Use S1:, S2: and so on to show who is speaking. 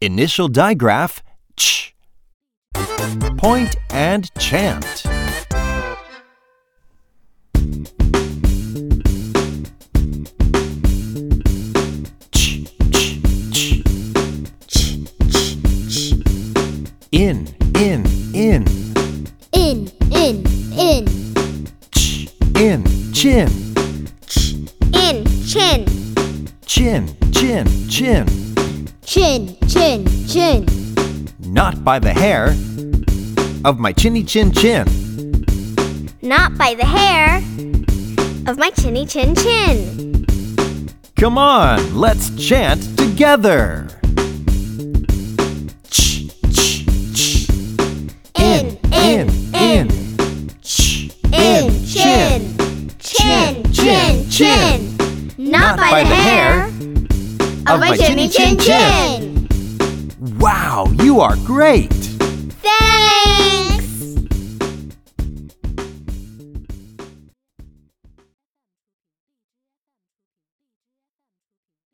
S1: Initial digraph ch. Point and chant. Ch, ch, ch. In, in, in.
S2: In, in, in,
S1: Ch, in, chin.
S2: in,
S1: Chin,
S2: chin,
S1: chin, chin.
S2: chin, chin, chin,
S1: Not by the hair of my chinny chin chin.
S2: not by the hair of my chinny chin chin.
S1: Come on, let's chant together. Ch, ch, ch. In, in, in. Ch, in, chin.
S2: chin, chin, chin, not by the hair of my chinny chin chin.
S1: Wow, you are great!
S2: Thanks.